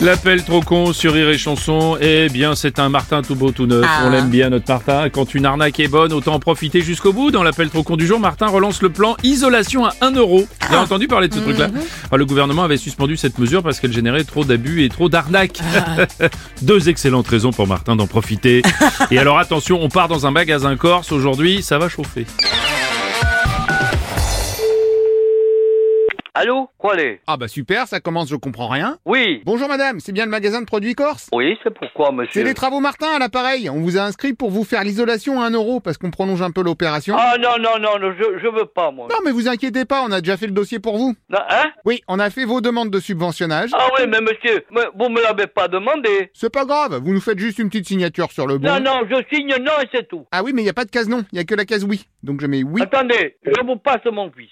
L'appel trop con sur Rire et Chanson, eh bien c'est un Martin tout beau tout neuf, on l'aime bien notre Martin, quand une arnaque est bonne, autant en profiter jusqu'au bout. Dans l'appel trop con du jour, Martin relance le plan isolation à 1 euro. Vous avez entendu parler de ce truc-là Enfin, Le gouvernement avait suspendu cette mesure parce qu'elle générait trop d'abus et trop d'arnaques. Deux excellentes raisons pour Martin d'en profiter. et alors attention, on part dans un magasin corse aujourd'hui, ça va chauffer. Allô Quoi les Ah bah super, ça commence, je comprends rien. Oui Bonjour madame, c'est bien le magasin de produits corse Oui, c'est pourquoi, C'est monsieur les travaux Martin à l'appareil. On vous a inscrit pour vous faire l'isolation à 1 euro parce qu'on prolonge un peu l'opération. Ah non, non, non, non, je, je veux pas, moi. Non mais vous inquiétez pas, on a déjà fait le dossier pour vous. Non, hein Oui, on a fait vos demandes de subventionnage. Ah oui, mais monsieur, mais vous me l'avez pas demandé. C'est pas grave, vous nous faites juste une petite signature sur le bon. Non, non, je signe non et c'est tout. Ah oui, mais il n'y a pas de case non, il n'y a que la case oui. Donc je mets oui, Attendez, je vous passe mon cuisse.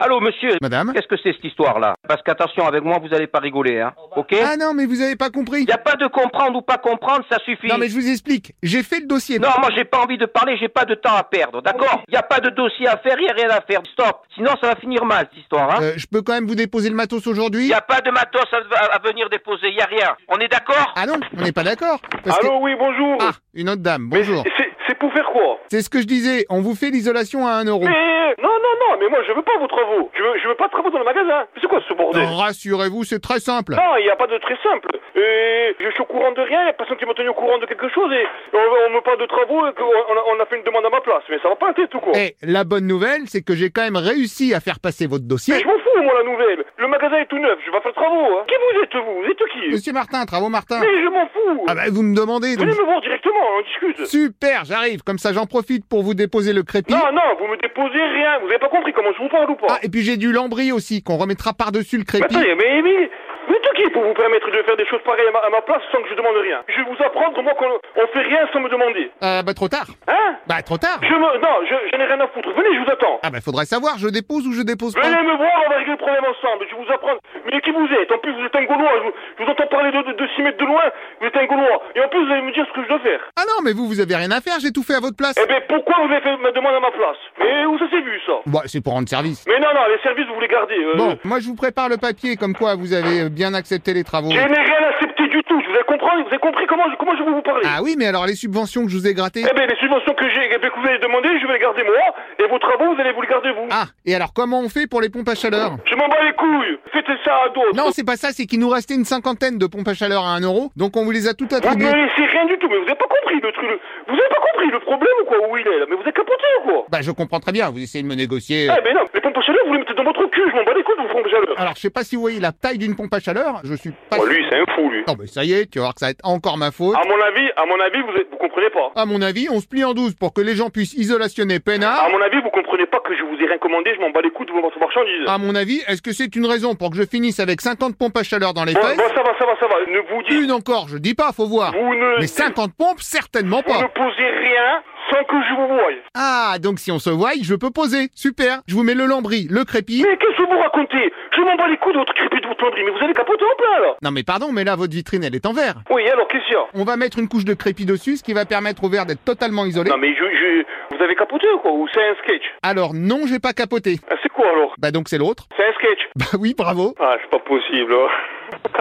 Allô, monsieur madame. Qu'est-ce que c'est cette histoire-là Parce qu'attention, avec moi, vous allez pas rigoler, hein Ok Ah non, mais vous avez pas compris. Y a pas de comprendre ou pas comprendre, ça suffit. Non, mais je vous explique. J'ai fait le dossier. Non, moi j'ai pas envie de parler, j'ai pas de temps à perdre, d'accord Y a pas de dossier à faire, y a rien à faire, stop Sinon ça va finir mal cette histoire, hein Euh, je peux quand même vous déposer le matos Il aujourd'hui Y a pas de matos à, à venir déposer, y a rien. On est d'accord Ah non, on n'est pas d'accord. parce que- Allô, oui, bonjour. Ah, une autre dame, bonjour. C'est- C'est pour faire quoi C'est ce que je disais, on vous fait l'isolation à un euro. Mais Euh, non, non, non, mais moi je veux pas vos travaux. Je veux, je veux pas de travaux dans le magasin. Mais C'est quoi ce bordel Non, Rassurez-vous, c'est très simple. Non, il n'y a pas de très simple. Et je suis au courant de rien, il a personne qui m'a tenu au courant de quelque chose et on, on me parle de travaux et qu'on- on, a- on a fait une demande à ma place. Mais ça va pas la tête ou quoi Eh, la bonne nouvelle, c'est que j'ai quand même réussi à faire passer votre Mais dossier. je m'en fous, moi, la nouvelle. Le magasin est tout neuf, je vais pas faire de travaux. hein. Qui vous êtes, vous Vous êtes qui Monsieur Martin, travaux Martin. Mais je m'en fous. Ah bah, vous me demandez. donc- Venez me voir directement, on discute. Super, j'arrive. Comme ça, j'en profite pour vous déposer le crépi. Non, non, vous me déposez rien. Vous avez pas compris comment je vous parle ou pas Ah, et puis j'ai du lambris aussi, qu'on remettra par-dessus le Mais crépi. attendez, mais, mais, mais t'es qui pour vous permettre de faire des choses pareilles à ma, à ma place sans que je demande rien Je vais vous apprendre, moi, qu'on on fait rien sans me demander. Ah bah, trop tard. Hein Bah, trop tard. Je me... Non, je, je n'ai rien à foutre. Venez, je vous attends. Ah bah, faudrait savoir, je dépose ou je dépose pas. Venez me voir, on va régler le problème ensemble. Je vais vous apprendre. Mais qui vous êtes En plus, vous êtes un Gaulois. Je vous, je vous entends parler de, de, de 6 mètres de loin. Vous êtes un Gaulois. Et en plus, vous allez me dire ce que je dois faire. Ah non, mais vous, vous avez rien à faire, j'ai tout fait à votre place. Eh bien, pourquoi vous avez fait ma demande à ma place Mais où ça s'est vu, ça Bah, c'est pour rendre service. Mais non, non, les services, vous les gardez. euh, Bon, moi je vous prépare le papier comme quoi vous avez euh, bien accepté les travaux. Je n'ai rien accepté du tout. Je vous ai compris, vous avez compris comment, je- comment je veux vous parler. Ah oui, mais alors les subventions que je vous ai grattées Eh bien, les subventions que j'ai, eh ben, que vous allez demander, je vais les garder moi, et vos travaux, vous allez vous les garder vous. Ah, et alors comment on fait pour les pompes à chaleur Je m'en bats les couilles Faites ça à d'autres Non, c'est pas ça, c'est qu'il nous restait une cinquantaine de pompes à chaleur à un euro, donc on vous les a toutes Vous ne attribuées. me laissez rien du tout, mais vous avez pas compris le truc. le- Vous avez pas compris le problème ou quoi, où il est là Mais vous êtes capoté ou quoi Bah, je comprends très bien, vous essayez de me négocier. Eh ben non, les pompes à chaleur, vous les mettez dans votre cul, je m'en bats les couilles de vos pompes à chaleur. Alors, je sais pas si vous voyez la taille d'une pompe à chaleur, je suis pas. Oh, lui, c'est Ah. un fou, lui. Non, mais ça y est, tu vas voir que ça va être encore ma faute. À mon avis, à mon avis, vous, êtes- vous comprenez pas. À mon avis, on se plie en douze pour que les gens puissent isolationner À peinard. mon avis, vous comprenez pas que je vous ai rien commandé, je m'en bats les couilles de votre marchandise. À mon avis, est-ce que c'est une raison pour que je finisse avec 50 pompes à chaleur dans les Bon, fesses bon, ça va, ça va, ça va. Ne vous dites, Une encore, je dis pas, faut voir. vous ne, Mais 50 pompes, certainement vous ne pas. posez rien sans que je vous voie. Ah, donc si on se voit, je peux poser. Super. Je vous mets le lambris, le crépi. Mais qu'est-ce que vous racontez Je m'en bats les couilles de votre crépit de votre plomberie, mais vous avez capoté en plein là Non mais pardon, mais là votre vitrine elle est en verre. Oui, alors qu'est-ce qu'il y a On va mettre une couche de crépi dessus, ce qui va permettre au verre d'être totalement isolé. Non mais je, je... vous avez capoté ou quoi Ou c'est un sketch Alors non, j'ai pas capoté. Ah, C'est quoi alors Bah donc c'est l'autre. C'est un sketch Bah oui, bravo. Ah, c'est pas possible. hein.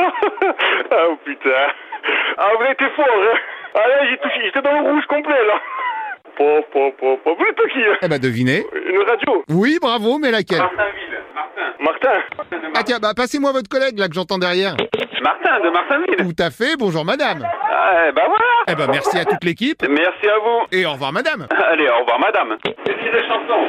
ah oh, putain. Ah, vous avez été fort. Hein ah là, j'ai touché, j'étais dans le rouge complet là. Pop, pop, pop, pop. Vous êtes qui hein Eh bah devinez. Une radio Oui, bravo, mais Ah. laquelle Martinville. Martin. Martin. Ah tiens, bah passez-moi votre collègue là que j'entends derrière. Martin de Martinville. Tout à fait, bonjour madame. Ah, eh ben voilà. Eh bah merci à toute l'équipe Merci à vous. et au revoir madame. Allez, au revoir, madame. Merci des chansons.